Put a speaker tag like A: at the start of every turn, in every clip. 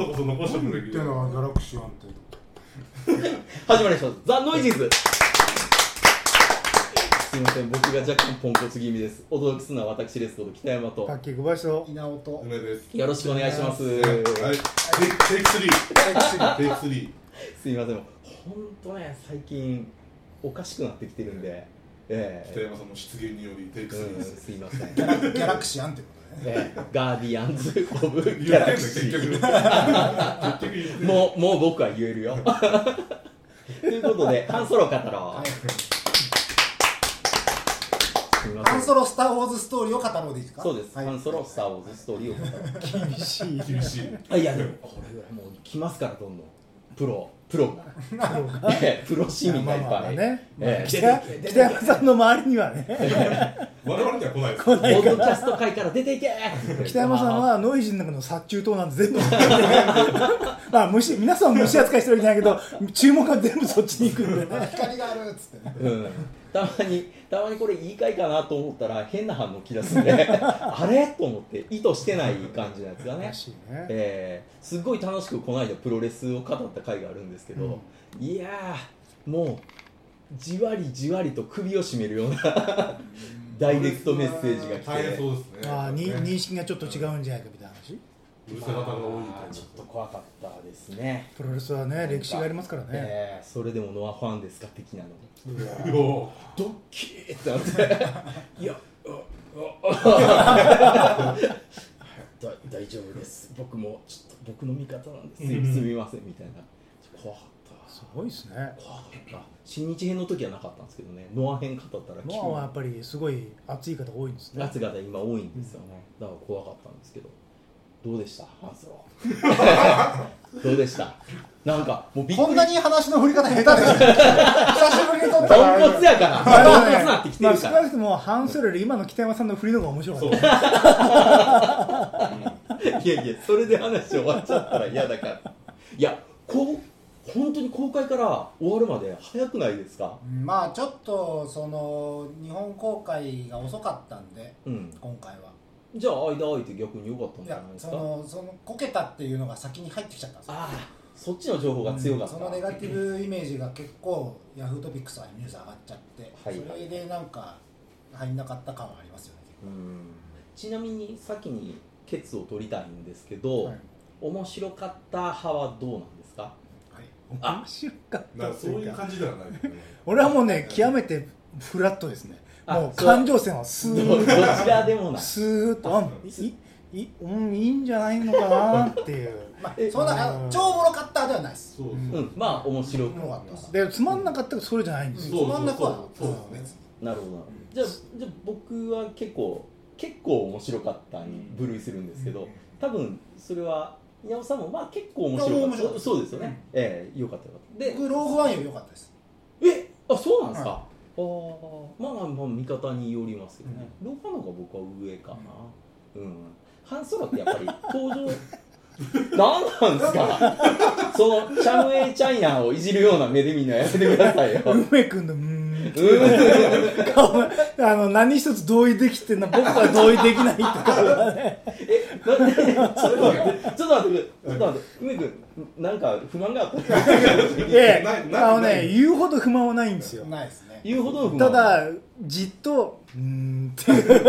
A: 今度こそ残しとく
B: 何
A: べ
B: 言
A: き
B: ってんのギャラクシーなんて
C: 始まりましたザ・ノイジーズすいません僕が若干ポンコツ気味ですお届けするのは私ですこと北山と
D: 卓球小林と
B: 稲尾と
A: 梅です
C: よろしくお願いします、
A: はいテイクテイク3テイク3
C: すいません本当ね最近おかしくなってきてるんでえ
A: 北
C: え
A: 山さんの出現によりテイク3
C: う
A: で
C: ん、
A: す
C: すいません、
B: ギャラギャラクシアンってことね
C: ええガーディアンズ・オブ・ギ
A: 言
C: ャ
A: っ
C: ラ
A: てん
C: ク
A: の
C: シ
A: 結
C: ー
A: 局結局言ってんの
C: もうもう僕は言えるよということで半ソロ語ろう、すいませ
B: ハ
C: ん
B: ンソロスター・ウォーズストーリーを語ろうでいいですか
C: そうです、
B: はい
C: ハンソロ・スター・ウォーズ・ストーリーを語る
D: 厳しい
A: 厳しい
C: あいやでもこれぐらいもう来ますからどんどんプロプロが ええプロ市民がいっ
D: まあまあま
C: ぱ
D: あ
C: い、
D: ね
C: ええ
D: 北北山さんの周りにはね
A: 我々には来ないです
D: 来ない
C: ポッド
D: か
C: キ
D: ら
C: ャスト界から出ていけ
D: 北山さんはノイジーの中の殺虫灯なんて全部まあ虫皆さんは虫扱いしてるわけじゃないけど注目は全部そっちに行くんでね
B: 光があるっつってね
C: うんたまにたまにこれいい回かなと思ったら変な反応来だすんで あれと思って意図してない感じのやつがね
D: らしいね
C: えーすっごい楽しくこの間プロレスを語った回があるんですけど、いやーもうじわりじわりと首を絞めるような ダイレクトメッセージが来
A: 大変
C: て
A: そうですね
D: ああに
A: ね
D: 認識がちょっと違うんじゃないかみたいな話
A: うるさ型が多いみたい
C: あー
A: な
C: ちょっと怖かったですね、
D: プロレスはね歴史がありますからね
C: えーそれでもノアファンですか的なの
A: うお
C: ドッキーってなっていやあ ああだ大丈夫です僕もちょっと僕の味方なんですす
A: うん
C: みませんみたいな怖かった
D: すごいですね
C: 怖かった新日編の時はなかったんですけどねノア編語ったら
D: ノアはやっぱりすごい熱い方多いんですね
C: 夏がね今多いんですよね、だから怖かったんですけどどうでしたハンソ ロどうでしたなんかもうびっくり
B: こんなに話の振り方下手 ですね久しぶりに 撮っ
C: ポン
B: たらあれ
C: コツやから
D: あ
C: ポン
D: のね
C: コツなってきて
D: まあ
C: る
D: 少
C: か
D: な
C: ら
D: くともハンソロより今の北山さんの振りの方が面白か
A: そ
D: っ
A: う
D: た
C: いやいやそれで話終わっちゃったら嫌だからいやこう本当に公開から終わるまで早くないですか
B: うんまあちょっとその日本公開が遅かったんで
C: うん
B: 今回は
C: じゃあ間空いて逆に良かったん
B: い
C: じゃ
B: や
C: ないです
B: そ
C: か
B: のそのこけたっていうのが先に入ってきちゃったんですよ
C: ああそっちの情報が強かった、
B: うんそのネガティブイメージが結構ヤフートピックスはニュース上がっちゃって、
C: はい
B: それでなんか入んなかった感はありますよね
C: うんちなみに先にケツを取りたいんですけど、
B: はい
C: 面白かった派はどうなんですか
B: はい
C: あ
D: 面白かっ
A: なん
D: たっ
A: か
D: て
A: そう
D: い
A: いうう
D: か
A: 感じではないですね
D: 俺はもうね極めてフラットですね
C: あ
D: もう
C: そう
D: 感情線はス
C: ど
D: ー
C: ど
D: ッ
C: ちらでもな い
D: スーッとあいいいうんいいんじゃないのかなっていう
B: まあ
C: え、
B: そんなあ
D: う
B: の
D: ん
B: 超おもろかったではないです
A: そう
C: う
A: そうん
C: まあ面白く
B: 面白かったです
D: でつまんなかったらそれじゃないんです
A: そ
D: よ、
A: う
B: つまんなくはない
A: そうそうですね
C: なるほどなるほどじゃあじゃあ僕は結構結構面白かったに部類するんですけど、多分それは稲尾さんもまあ結構面
B: いや
C: 白か
B: 面
C: った
B: 白かった
C: そうですよね、ええよかったよかったで
B: 僕ローグワンより良かったです
C: えあそうなんですか、あーまあまあまあ見方によりますけどね、ローファの方が僕は上かなうん、ハンソロってやっぱり登場何なんですかそのチャムエイチャイナをいじるような目で見るのやめてくださいよ うん
D: 梅君のうーん顔あの何一つ同意できてんな僕は同意できないって顔がね
C: えなちょっと待ってちょっと待ってちょっと待って梅君なんか不満があった
D: え
A: ない
D: え
A: ない
D: あの
A: な
D: ね
A: い
D: 言うほど不満はないんですよ
B: ないですね
C: 言うほどの不
D: た
C: 満
D: だじっとうーんっていう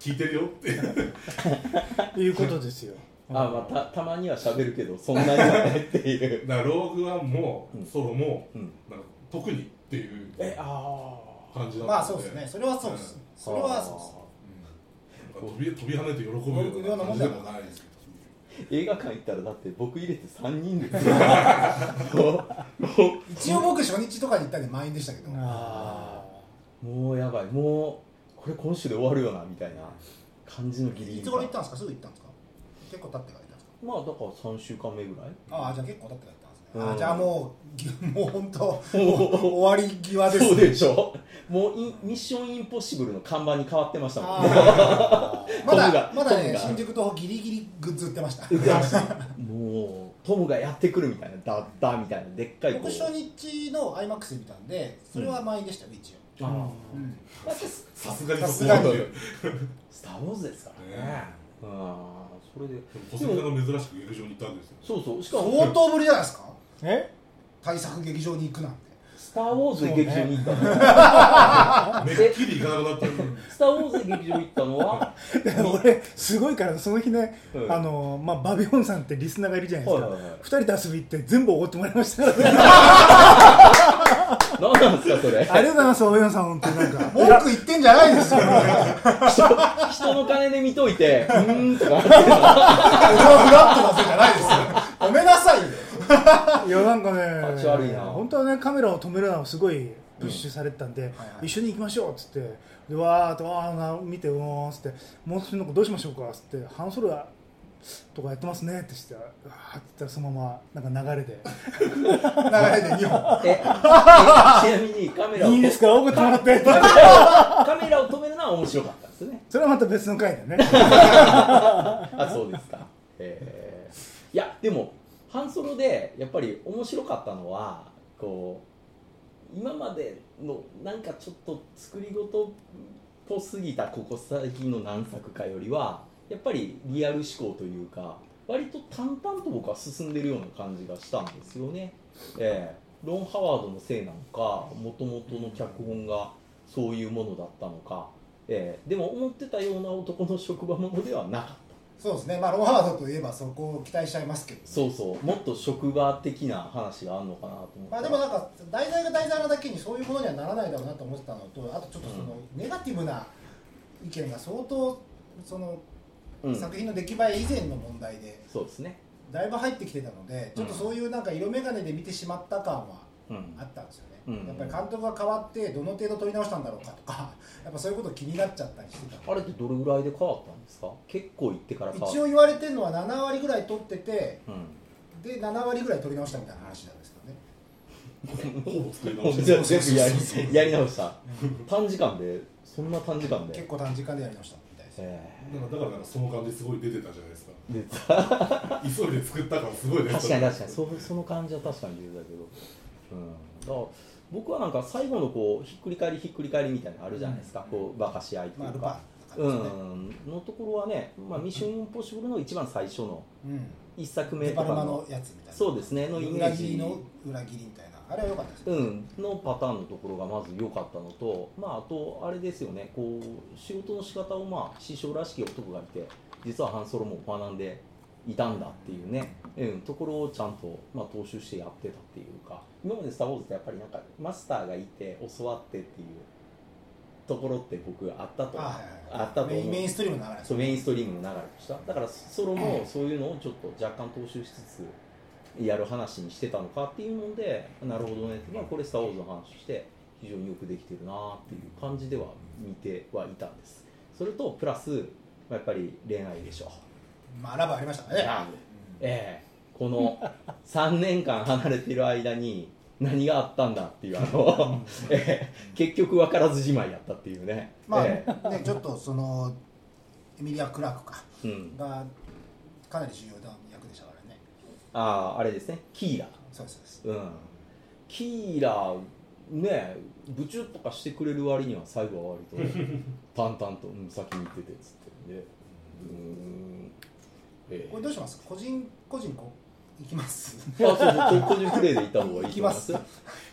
A: 聞いてるよって
D: いうことですよ
C: あまあたたまには喋るけどそんなにはねっていう
A: なローグワンもソロも
C: うん
A: なんか特にっていう
C: えああ
A: 感じだったん
B: まあそうですねそれはそうで
A: う
B: す
A: ん
B: それはそうです
A: 飛び飛び跳ねて喜ぶ
B: 喜ぶようなもんでも
A: な
B: ないい
A: で
B: ですす
C: 映画館行ったらだって僕入れて3人ですよも
B: 一応僕初日とかに行ったんで満員でしたけど
D: あ
C: うもうやばいもうこれ今週で終わるよなみたいな感じのギリギ
B: い
C: リ
B: つ頃行ったんですかすぐ行ったんですか結構経ってから行ったんですか
C: まあだから3週間目ぐらい
B: ああじゃあ結構経ってから行ったんですね、
C: うん
B: ああじゃあもうぎ もう本当もう終わり際ですね
C: そうでしょもうインミッションインポッシブルの看板に変わってましたもんね
B: あーま
C: トムが
B: だまだ
C: トム
B: ね
C: が
B: 新宿とギリギリグッズ売ってました
C: もうトムがやってくるみたいなダッダみたいなでっかい
B: 僕初日の IMAX で見たんでそれは満員でしたよ一応、
C: あー
B: うん
C: まあさす
A: さすがに
B: さ
A: そ
B: す
A: こ
B: が
A: ま
B: に
A: で
C: スター・ウォーズですからね
A: ね
C: うんそそれで
A: 小杉さんが珍しく劇場に行ったんですよ
C: そうそうしかも
B: 相当ぶりじゃないですか
D: え
B: 対策劇場に行くなんて
C: 「スター・ウォーズ」で劇場に行ったの、
A: めっきり行かなくなったんで
C: スター・ウォーズで劇場行ったのは
D: 俺すごいからその日ね、
C: うん
D: あのまあ、バビオンさんってリスナーがいるじゃないですか、
C: はいはいはい
D: 二人で遊び行って全部おごってもらいましたからね
C: 何なんですかそれ
D: ありがとうございます大山さん本当になんか
B: 文句言ってんじゃないですよお
C: 人の金で見といて「うーん」と か
B: 前フラットだぜじゃないですよごめんなさいよ
D: いやなんかね
C: 立ち悪いな
D: 本当はねカメラを止めるのをすごいプッシュされてたんで、
B: はいはい
D: 一緒に行きましょうっつってでわーっとわーな見てうおーっつってもう少しの子どうしましょうかっつって「半ソロやとかやってますね」ってして「あーって言ったらそのままなんか流れで
B: 流れで日本
C: ええちなみにカメ
D: 「
C: ラを
D: いいですか送ってもらって」って
C: カメラをカメラを止めるのは面白かったですね
D: それはまた別の回だよね
C: あそうですかえーいやでも半ソロでやっぱり面白かったのはこう今までのなんかちょっと作り事っぽすぎたここ最近の何作かよりはやっぱりリアル思考というか割と淡々と僕は進んでるような感じがしたんですよね。えーロン・ハワードのせいなのかもともとの脚本がそういうものだったのか、えーでも思ってたような男の職場ものではなかった。
B: そうですねまあロンハードといえばそこを期待しちゃいますけど
C: そうそうもっと職場的な話があるのかなと思って、
B: まあでもなんか題材が題材なだけにそういうものにはならないだろうなと思ってたのとあとちょっとそのネガティブな意見が相当その
C: うん、
B: 作品の出来栄え以前の問題で
C: そうですね、
B: だいぶ入ってきてたのでちょっとそういうなんか色眼鏡で見てしまった感は
C: うん
B: あ、ったんですよね、
C: うん
B: やっぱり監督が変わってどの程度撮り直したんだろうかとか やっぱそういうこと気になっちゃったりしてた
C: あれってどれぐらいで変わったんですか結構行ってから変わっ
B: 一応言われてるのは7割ぐらい撮ってて
C: う
B: で7割ぐらい撮り直したみたいな話なんですけどね
A: ほぼ作り
C: ん、
A: 直
C: もう
A: し
C: 全
A: て
C: 部やり やり直した短時間でそんな短時間で
B: 結構短時間でやり直したみたいです
C: え
A: なんかだからなんかその感じすごい出てたじゃないですか
C: ーで
A: 急いで作った感すごい出てた
C: 確かに確かにそうその感じは確かに言うだけど、うん、だから僕はなんか最後のこうひっくり返りひっくり返りみたいなのあるじゃないですか、こうバカし合いとい
B: まあ
C: う
B: ル
C: か、
B: パンな
C: う
B: 感じですね
C: んのところはね、まあ、ミッション・インポッシブルの一番最初の
B: うん
C: 一作目
B: デ
C: と
B: パ
C: か
B: ルマ
C: の
B: のやつみたいな
C: そうですねのイメ
B: 裏
C: ー
B: 切り
C: ジ
B: の裏切りみたいなあれは良かったですね
C: うん、のパターンのところがまず良かったのと、まあ、あと、あれですよね、こう仕事の仕方をまあ師匠らしき男がいて、実は半ソロも学んでいたんだっていうね、うん、ところをちゃんと、まあ、踏襲してやってたっていうか、今まで「スター・ウォーズ」ってやっぱりなんかマスターがいて、教わってっていうところって僕、あったと
B: あはいはい
C: あったと思う
B: メインメインストリームの流れです
C: そうメインストリームの流れとしただからソロもそういうのをちょっと若干踏襲しつつやる話にしてたのかっていうのでなるほどねってまあこれ「スター・ウォーズ」の話して非常によくできてるなっていう感じでは見てはいたんですそれとプラスまあやっぱり恋愛でしょ
B: まあラブありましたね
C: ラブええこの3年間離れてる間に何があったんだっていうあの、 ええ結局分からずじまいやったっていうね、
B: まあ
C: え
B: ねちょっとそのエミリア・クラークか
C: えうん、
B: がかなり重要な役でしたからね
C: あああれですねキーラ
B: そうですそうです
C: うん、キーラーねぶちゅっとかしてくれる割には最後は割と 淡々と、うん、先に行っててっつってねうーんええ
B: これどうします個人個人こういきます
C: あそうそうこ個人プレイで行った方がいいと思います
B: 行
C: え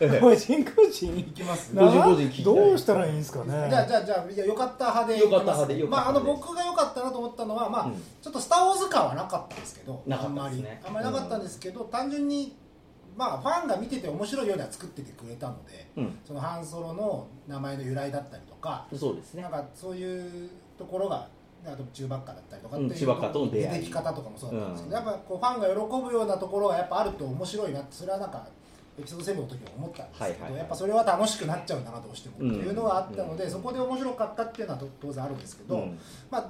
C: え
D: 個人個人
B: いきます
C: 個人個人聞きたい
D: どうしたらいいんですかね
B: じゃあじゃあじゃあいや良かった派で
C: 良かった派で
B: いきますまああ
C: 良か
B: の
C: った派で
B: 僕が良かったなと思ったのはまあ、
C: うん
B: ちょっと「スター・ウォーズ」感はなかったんですけど
C: な
B: あ
C: か
B: ん
C: った
B: ま
C: です
B: り
C: ね
B: あんまりなかったんですけど、単純にまあファンが見てて面白いようには作っててくれたので
C: うん
B: そのハンソロの名前の由来だったりとか、
C: そうですね
B: なんかそういうところがあと中ばっかだったりとかっ
C: うん
B: てい
C: チ
B: う
C: ュバッカとの出
B: 出
C: 会い
B: てき方とかもそうだったんですけど、
C: うん
B: やっぱこうファンが喜ぶようなところがやっぱあると面白いなってそれはなんかエピソード7の時は思ったんですけど、
C: はいはいはい
B: やっぱそれは楽しくなっちゃうんだなどうしてもっていうのはあったので、
C: うん
B: そこで面白かったっていうのは当然あるんですけど、
C: うん
B: まあ、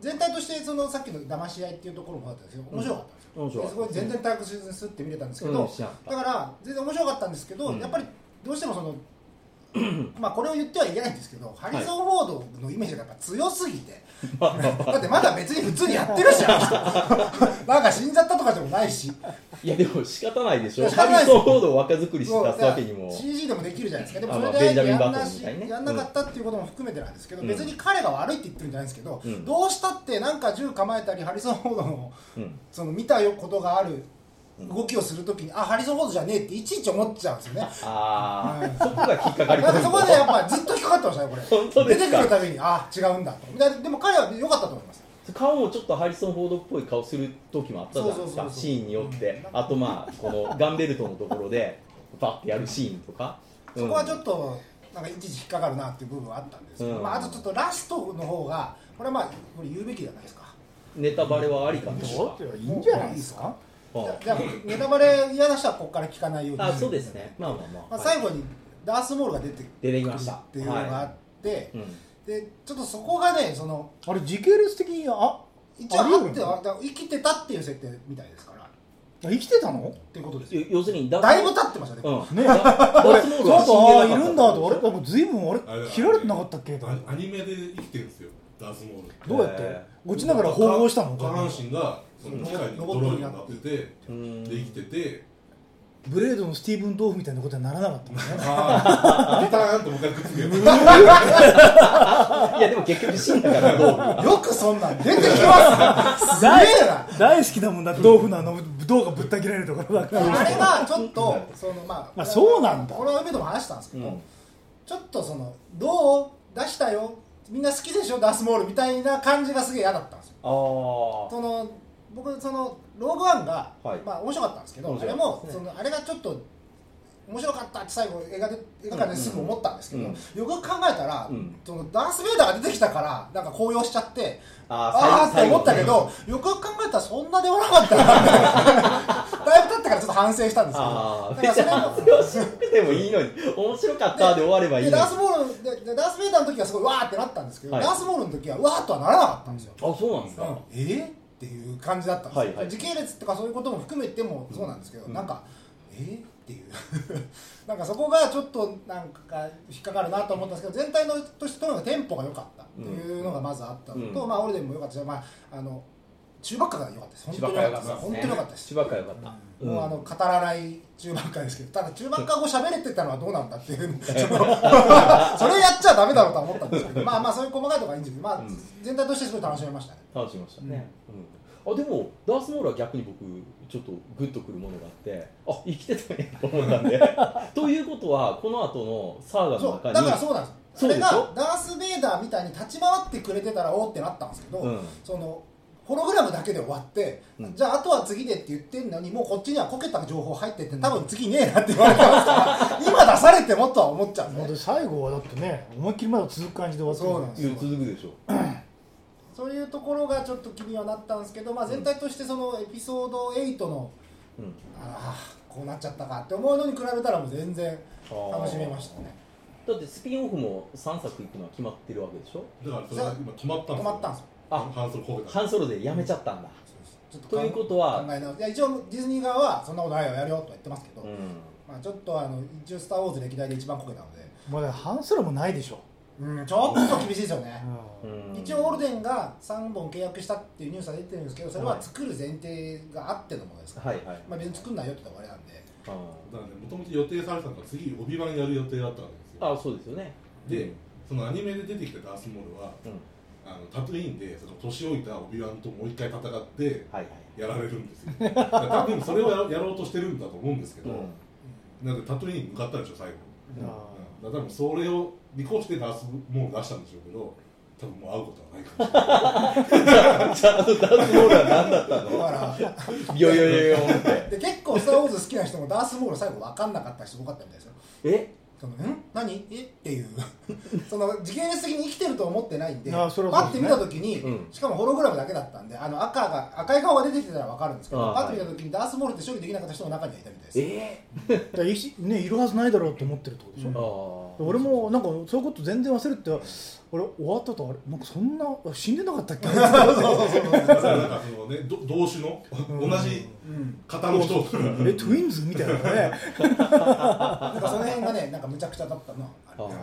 B: 全体としてそのさっきの騙し合いっていうところもあったんですけど面白かったんですよ、
C: 面白かった
B: すごい全然退屈せずにスッて見れたんですけど、
C: うん知らんか
B: だから全然面白かったんですけど、
C: うん
B: やっぱりどうしてもそ のまあこれを言ってはいけないんですけど、ハリソン・フォードのイメージがやっぱ強すぎて だってまだ別に普通にやってるしあの人なんか死んじゃったとかでもないし
C: いやでも仕方ないでしょ
B: いや仕方
C: ハリ
B: ないです
C: ソン・フォードを若作りして出すわけにも
B: もうだから CG でもできるじゃないですかでも
C: あ
B: そ
C: まあ
B: れで
C: ベンジャミン
B: やん
C: バ
B: な
C: トンみ
B: し、
C: たいにね
B: やんなかったっていうことも含めてなんですけど、
C: うん
B: 別に彼が悪いって言ってるんじゃないんですけど、
C: うん
B: どうしたってなんか銃構えたりハリソン・フォードの
C: うん
B: その見たことがある
C: うん
B: 動きをするときに、あハリソン・フォードじゃねえっていちいち思っちゃうんですよね
C: ああ、そこが引っかかりポ
B: なんか
C: イン
B: そ
C: ト
B: こでやっぱりずっと引っかかってましたねこれ
C: 本当ですか
B: 出てくるたびにあ違うんだとででも彼は良かったと思います
C: 顔もちょっとハリソン・フォードっぽい顔する時もあったじゃないです
B: そうそうそ
C: か
B: うそう
C: シーンによってあとまあこのガンベルトのところでバッてやるシーンとか、うん
B: そこはちょっとなんか一時引っかかるなっていう部分はあったんですけど、
C: うん
B: まあ、あとちょっとラストの方がこれはまあこれ言うべきじゃないですか
C: ネタバレはありかな
D: どうっていいんじゃないですか
B: じゃ
C: あ
B: じゃあネタバレ嫌な人はここから聞かないように
C: あそうですねまあまあま
B: まあ、
C: あ、はい
B: 最後にダース・モールが出てく
C: 出てき
B: る
C: ました
B: っていうのがあ
C: は
B: って、
C: いうん
B: でちょっとそこがねその
D: あれ時系列的にあ
B: 一
D: あり得
B: 応
D: る
B: あってはだから生きてたっていう設定みたいですからっ
D: 生きてたの
B: ていうことですよ
C: よ要するにだ
B: だいぶ経ってましたね、
C: うん
D: ね
C: だ
D: 俺
C: ダス
D: そ
C: モ
D: う
C: ールは
D: そう
C: 死
D: あ
C: んでなかった
D: いるんだとあれ
C: ってこ
D: なんか随分あ
A: あれ
D: れ切られてなかったっけと
A: アアニメで生きてるんですよダースモール
D: どうやっ
C: え
D: て落ちながら縫合したの
A: 下半身がその機械の泥になっててで
C: とうーん
A: 生きてて
D: ブレードのスティーブン・ドーフみたいなことにはならなかったもんね
A: あービターンともう一回くっつける
C: いやでも結局死ん だからどう
B: よくそんなん出てきますねすげえな
D: 大好きだもんだってドーフのあの銅がぶった切られると ころだか
B: あ
D: ら
B: れはちょっとそのまあ、
D: まあそうなんだ
B: これは梅とも話したんですけ
C: う
B: ど、
C: ん
B: ちょっとそのどう出したよみんな好きでしょダースモールみたいな感じがすげえ嫌だったんですよ
C: ああ
B: その僕そのローグワンが、
C: はい
B: まあ面白かったんですけど
C: 面
B: あ
C: 白
B: れ
C: かった
B: も
C: です
B: そ
C: ね
B: のあれがちょっと面白かったって最後映画で映画館ですぐ思ったんですけど、
C: うんうん
B: よくよく考えたら、
C: うん
B: そのダース・ベイダーが出てきたからなんか高揚しちゃってあ
C: あ
B: ーって思ったけ
C: 最後
B: どよくよく考えたらそんなでもなかったな だいぶ経ってからちょっと反省したんですけど
C: ああ
B: だからそれも
C: 別に発表しなくてもいいのに面白かったで終わればいい
B: で
C: のに
B: ダースボールででダース・ベイダーの時はすごいわーってなったんですけど、
C: はい
B: ダースボールの時はわーっとはならなかったんですよ、
C: あそうなんです
B: うん
C: か
B: えーっていう感じだったんですよ、
C: はいはい
B: 時系列とかそういうことも含めてもそうなんですけど、
C: うん
B: なんかえーっていう なんかそこがちょっとなんか引っかかるなと思ったんですけど全体のとしてとにかくテンポが良かったっていうのがまずあったのと、
C: うん
B: まあオルデンも良かったし、まあ、あの中ばっかが良かったです本当に良かったです本当に良かったです
C: 千葉かよかったうん
B: もうあの語らない中盤かですけどただ中盤か語喋れてたのはどうなんだっていう その それやっちゃダメだろうとは思ったんですけどまあまあそういう細かいとこはいいんですけど、まあ
C: うん
B: 全体としてすごい楽しめましたね
C: 楽しみましたね、うんあでもダースモールは逆に僕ちょっとグッとくるものがあってあ生きてたんやと思っ たんでということはこの後のサーガの
B: そう
C: 中
B: だ
C: に
B: からそうなんです
C: そ
B: そう
C: で
B: れ
C: しょ
B: がダース・ベイダーみたいに立ち回ってくれてたらおーってなったんですけど、
C: うん
B: そのホログラムだけで終わって、
C: うん
B: じゃああとは次でって言ってんのにもうこっちにはこけた情報入ってて多分次ねえなって言われてます から今出されてもとは思っちゃうんです
D: 本
B: ね
D: 当に最後はだってね思いっきりまだ続く感じで終わっ
B: そ
D: てる
B: う
C: いや続くでしょ
B: そういうところがちょっと気にはなったんですけど、まあ、全体としてそのエピソード8の、
C: うん
B: ああこうなっちゃったかって思うのに比べたらもう全然
C: あー
B: 楽しめましたね
C: だってスピンオフも3作行くのは決まってるわけでしょ
A: だからそれが今止まったんですよ
B: 止まったんですよ
C: あ
A: 半袖焦げた
C: ハンソロでやめちゃったんだ、
B: ちょっ
C: ということ
B: 考
C: は、
B: え直すいや一応ディズニー側はそんなことないよやるよとは言ってますけど、
C: うん、
B: まあ、ちょっとあの一応「スター・ウォーズ」歴代で一番こけたので、
D: まだ半すらもないでしょ、
B: うん、ちょっと厳しいですよね、
D: うん
C: うん
B: 一応オルデンが3本契約したっていうニュースは出てるんですけどそれは作る前提があってのものですから、
C: はいはい
B: まあ、別に作んないよって言ったら終わりなんで
A: だからねもともと予定されてたのが次帯番やる予定だったわけですよ
C: ああそうですよね
A: でそのアニメで出てきたダースモールは
C: うん
A: あのタトゥイーンでその年老いたオビワンともう一回戦って
C: はいはい
A: やられるんですよだから多分それをやろやろうとしてるんだと思うんですけど、なんかタトゥイーンに向かったでしょ最後、
C: うん
D: あ
A: うん、だから多分それを見越してダースモール出したんでしょうけど多分もう会うことはないかもしれない
C: じゃああのダースモールは何だった
B: だから
C: のよよよよ思って
B: で結構「スター・ウォーズ」好きな人もダース・モール最後分かんなかった人多かったみたいですよ
C: え
B: そのん何えっていう その時系列的に生きてると思ってないんで
D: あそれは
B: パ
D: そ
B: ッ
D: うで
B: て
D: すね
B: 見た時に、
C: うん
B: しかもホログラムだけだったんであの赤が赤い顔が出てきてたら分かるんですけど
C: あ
B: パッ
C: はい
B: て見た時にダース・モールって処理できなかった人も中にはいたみたいです
C: え
D: あだからいしねいるはずないだろうと思ってるってことでしょ、
B: うん
C: あー
D: 俺もなんかそういうこと全然忘れてて俺終わったとあれなんかそんな死んでなかったっけ
A: だからなんかそのねど同種の
D: うん
A: 同じ
B: うん、
A: 型の人が
D: えトゥインズみたいなね
B: なんかその辺がねなんかむちゃくちゃだったのはあ
A: いやなんかね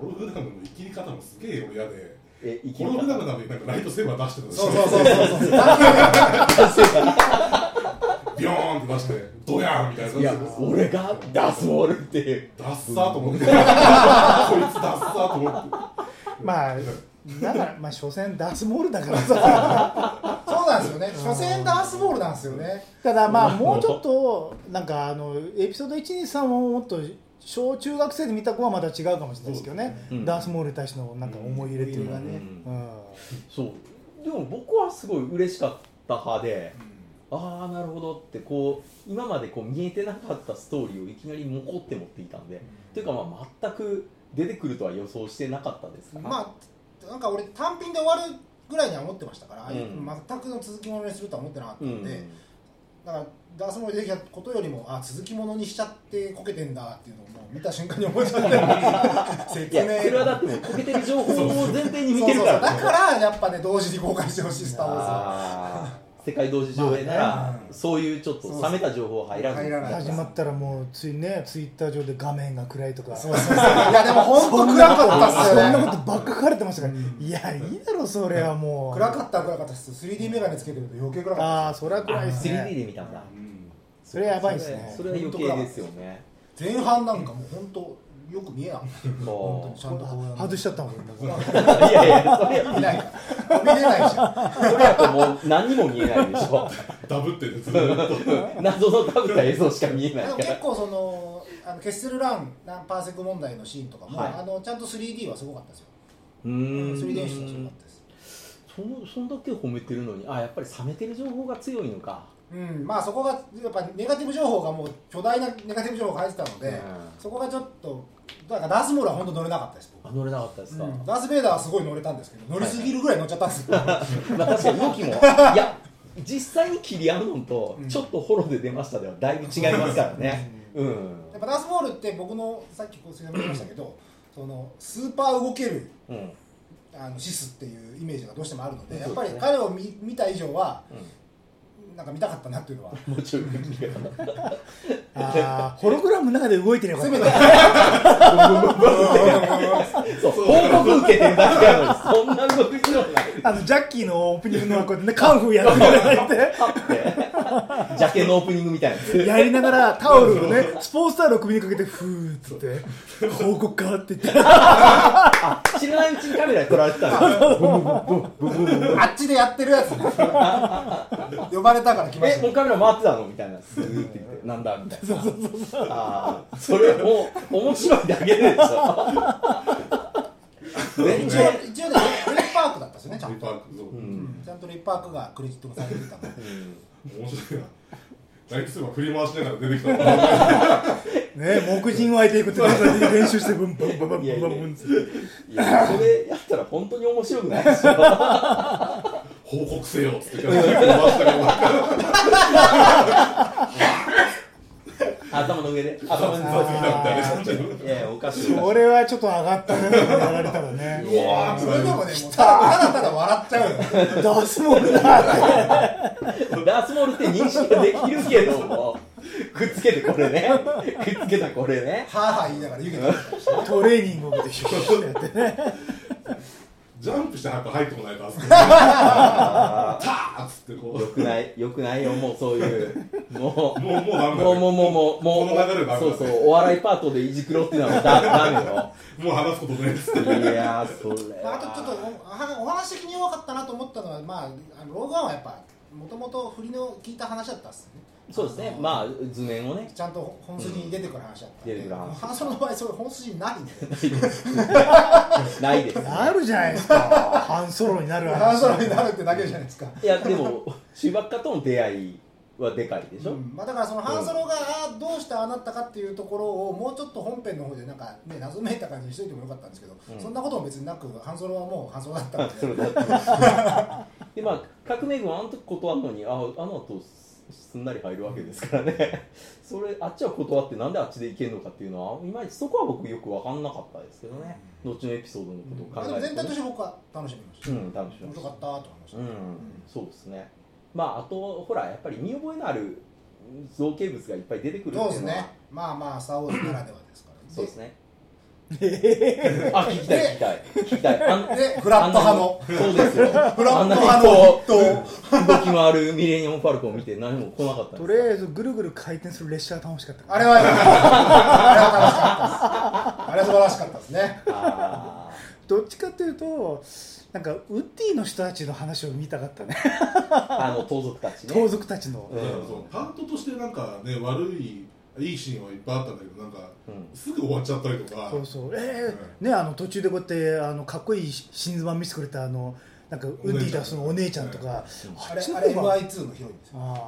A: ホログラムの生きり方もすげえ俺嫌で
C: え生き
A: ホ
C: る
A: ログラム
C: か
A: なのになんかライトセーバー出してたんです
B: そう
A: よ
B: そうそうそうそう
A: ビョーンっ出してドヤンみたいない
C: や俺が出すボールっていう
A: ダッサーと思ってこいつダッサーと思って
D: まあだからまあ所詮ダースボールだからさ
B: そうなんですよね初戦ダースボールなんですよね
D: ただまあもうちょっとなんかあのエピソード123をもっと小中学生で見た子はまた違うかもしれないですけどね、
C: うん
D: ダースモールに対してのなんか思い入れっていうかね、
C: う
D: うんん
C: そうでも僕はすごい嬉しかった派で、ああなるほどってこう今までこう見えてなかったストーリーをいきなりもこって持っていたんで、というかまあ全く出てくるとは予想してなかったですから、
B: まあなんか俺単品で終わるぐらいには思ってましたから、
C: うん
B: 全くの続きものにするとは思ってなかった
C: うん
B: んで、だからダースモールでできたことよりもあ続きものにしちゃってこけてんだっていうのをもう見た瞬間に思いちゃって
C: い
B: 説明
C: やそれはだってもうこけてる情報を前提に見てるから
B: そうそうそうだからやっぱね同時に公開してほしいスター・ウォーズは
C: あー世界同時上映なら、
B: まあねうん
C: そういうちょっと冷めた情報は入らず
B: 入らない
D: 始まったらもうついねツイッター上で画面が暗いとか
B: そうそうそういやでも本当暗かったっす
D: そんな
B: よね
D: ことばっか書かれてましたから、いやいいだろそれはもう
B: 暗かった暗かったっす 3D メガネつけてると余計暗かった
D: ああそれは暗いです
C: あ 3D
D: ね
C: で見たんだ
A: うん
D: それやばいですね
C: それは余計ですよね
B: 前半なんかもう本当よく見えなくて
C: そ
B: 本当にちゃんとこうやって
D: 外しちゃったもん
C: ういやいやそれ
B: 見ないから見れないじゃん
C: それやともう何にも見えないでしょ
A: ダブってるずーっと
C: 謎の食べた映像しか見えない
B: でも
C: から
B: 結構そのあのケッセルラン何パーセク問題のシーンとかも、
C: はい
B: あのちゃんと 3D はすごかったですよ
C: うーん
B: 3D 演出はすごかったです
C: そのそんだけ褒めてるのにあやっぱり冷めてる情報が強いのか
B: うんまあそこがやっぱネガティブ情報がもう巨大なネガティブ情報が入ってたので、
C: うん
B: そこがちょっとだからダースモールは本当乗れなかったです
C: あ
B: 僕
C: 乗れなかったですか、
B: うんダース・ベイダーはすごい乗れたんですけど乗りすぎるぐらい乗っちゃったんですよ、
C: まあ確かに動き もいや実際に切り合うのと、
B: うん
C: ちょっとホロで出ましたではだいぶ違いますからねうん
B: やっぱダースボールって僕のさっきこう説明しましたけどそのスーパー動ける
C: うん、うん
B: あのシスっていうイメージがどうしてもあるので、
C: うん
B: やっぱり
C: そうですね
B: 彼を見見た以上はなんか見たかったなっていうのは
C: もうちょい動きが
D: ああホログラムの中で動いてれば
B: せ
D: よ
B: め
D: か
B: て
D: っ
C: そう報告受けてるだけなのにそんな動きじゃない
D: たあのジャッキーのオープニングのこうやってねカンフーやってくれられ
C: ってジャケのオープニングみたいなや
D: て
C: つ
D: やりながらタオルをねスポーツタオルを首にかけてフーっつって報告かって言って
C: 知らないうちにカメラに撮られてたんだ
B: あっちでやってるやつね呼ばれたから来ま
C: え
B: し
C: もうカメラ回ってたのみたいなスーって言ってなんだみたいなああそれもう面白いだけでし ょ
B: た
C: 全
B: 一
C: 然
B: 応一応ねレイパークだったんですよねちゃん
A: パ
B: と
A: ークそう
C: うん
B: ちゃんとレイパークがクレジットもされてたから
A: 面白いな大吉さんが振り回しながら出てきたから
D: ね黙人を相手いくって練習してブンブンブンブンブン
C: いやいや
D: ブンって
C: いやそれやったら本当に面白くないでしょ
A: 報告せよっつって振り回したから
C: 頭の上で頭の
A: 雑にな
C: 上
A: ったりしちゃう
C: でいやいやおかしいお
D: こ
C: かし
D: れはちょっと上がったねやられたらね
A: うわー
B: そ
A: つら
B: れで
A: い
B: もねもうただただただ笑っちゃうよ
D: ダスモールだ
C: いダースモールって認識ができるけどもくっつけてこれねくっつけたこれね
B: はあはあ言いながら湯気出てきたりして
D: トレーニングを見てヒュッてやってね
A: ジャンプしてやっぱ入ってこないとあそこ
C: あ
A: ターッつってこ
C: ーよくないよくないよもうそういうも
A: う
C: う
A: もうもうダメだ
C: もうもうもうもうもう
A: この流れダメだ
C: そうそうお笑いパートでいじくろうっていうのはだダメよ
A: もう話すことないっつって
C: いやーそれ
B: まあ、あとちょっとおお話的に弱かったなと思ったのは、まあ、あのローグワンはやっぱもともと振りの聞いた話だったっすよね
C: そうですねまあ図面をね
B: ちゃんと本筋に出てくる話だったんで、
C: うん出てくる話
B: ハンソロの場合それ本筋ないん で
C: ないです
D: なるじゃないですか 半ソロになる
B: ハンソ
D: 話
B: ロになるってだけじゃないですか、
C: いやでもシュバッカとの出会いはでかいでしょ、
B: うんまあ、だからそのハンソロがあーどうしてああなったかっていうところをもうちょっと本編の方でなんか、ね、謎めいた感じにしといてもよかったんですけど、
C: うん
B: そんなことも別になくハンソロはもうハンソロだったんで
C: それだって でまあ革命軍はあの時断るのにああの後すんなり入るわけですからね それあっちは断ってなんであっちで行けるのかっていうのはいまいちそこは僕よく分かんなかったですけどね、後のエピソードのこと
B: ま
C: を
B: あ
C: 考
B: でも
C: える
B: 全体と
C: とね、
B: して僕は楽しみました、
C: うん楽しみ
B: 面
C: ま
B: 白
C: し
B: か
C: た
B: ったと思いました、
C: うん、そうですねまああとほらやっぱり見覚えのある造形物がいっぱい出てくるっていうの
B: そ
C: は
B: うですねまあまあ「スター・ウォーズ」ならではですから
C: そうですね あ聞きたい聞きたい聞きたいあん
B: でフラット派の
C: あんなにそうですよ
B: フラ
C: あ
B: ッ
C: んな
B: ト
C: に
B: 派
C: こ
B: の
C: う動き回るミレニアム・ファルコンを見て何も来なかったん
D: と
C: で
D: り
C: す
D: あえずぐるぐる回転する列車が楽しかった
B: あれはあれは楽しかったですあれは素晴らしかったですね
C: あ
D: どっちかというとなんかウッディの人たちの話を見たかったね
C: ーあの盗賊たちね
D: 盗賊たちの
C: うん
A: だからそのパートとしてなんかね悪いいいシーンはいっぱいあったんだけどなんか
C: うん
A: すぐ終わっちゃったりとか
D: そうそうえーねあの途中でこうやってあのかっこいい新妻見せてくれたあのなんかウッディだそのお姉ちゃんとか
B: あ
D: っ
B: れ
D: ちの
B: あ
D: 方
B: れ MI2
D: が
B: のヒロインですよ
D: あ
A: ね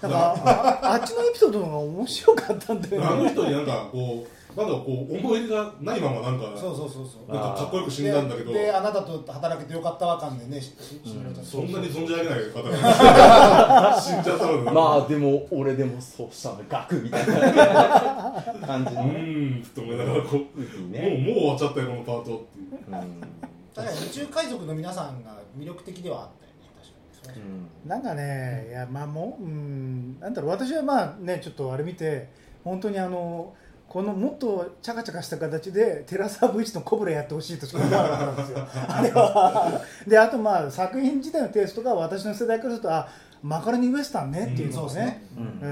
D: ーなんかああっちのエピソードの方が面白かったんだ
A: あ
D: よ
A: の
D: ね
A: 人になんかこうまだこう思い出がないままなんか
B: そうそうそうそう
A: なんかかっこよく死んだんだけど
B: でであなたと働けてよかったわかんでねしししのりちゃん
A: そんなに存じ上げない方が 死んじゃったのに
C: まあでも俺でもそうしたのガクみたいな感じ
A: う
C: のね
A: ーんって思いながらこうも
C: ウッディ
A: うもう
C: ね
A: 終わっちゃったよこのパートっていう
C: うん
B: 確かに宇宙海賊の皆さんが魅力的ではあったよね確かに
D: なんかね、いやまあもう、うん、なんだろう私はまあねちょっとあれ見て本当にあのこのもっとチャカチャカした形でテラサーブ1のコブラやってほしいとしか思わなかったんで すよあれはであとまあ作品自体のテイストが私の世代からするとあマカロニウエスタンねっていうの
B: うん
D: が
B: そうです
D: ね
B: ね、
C: う
D: うん
C: ん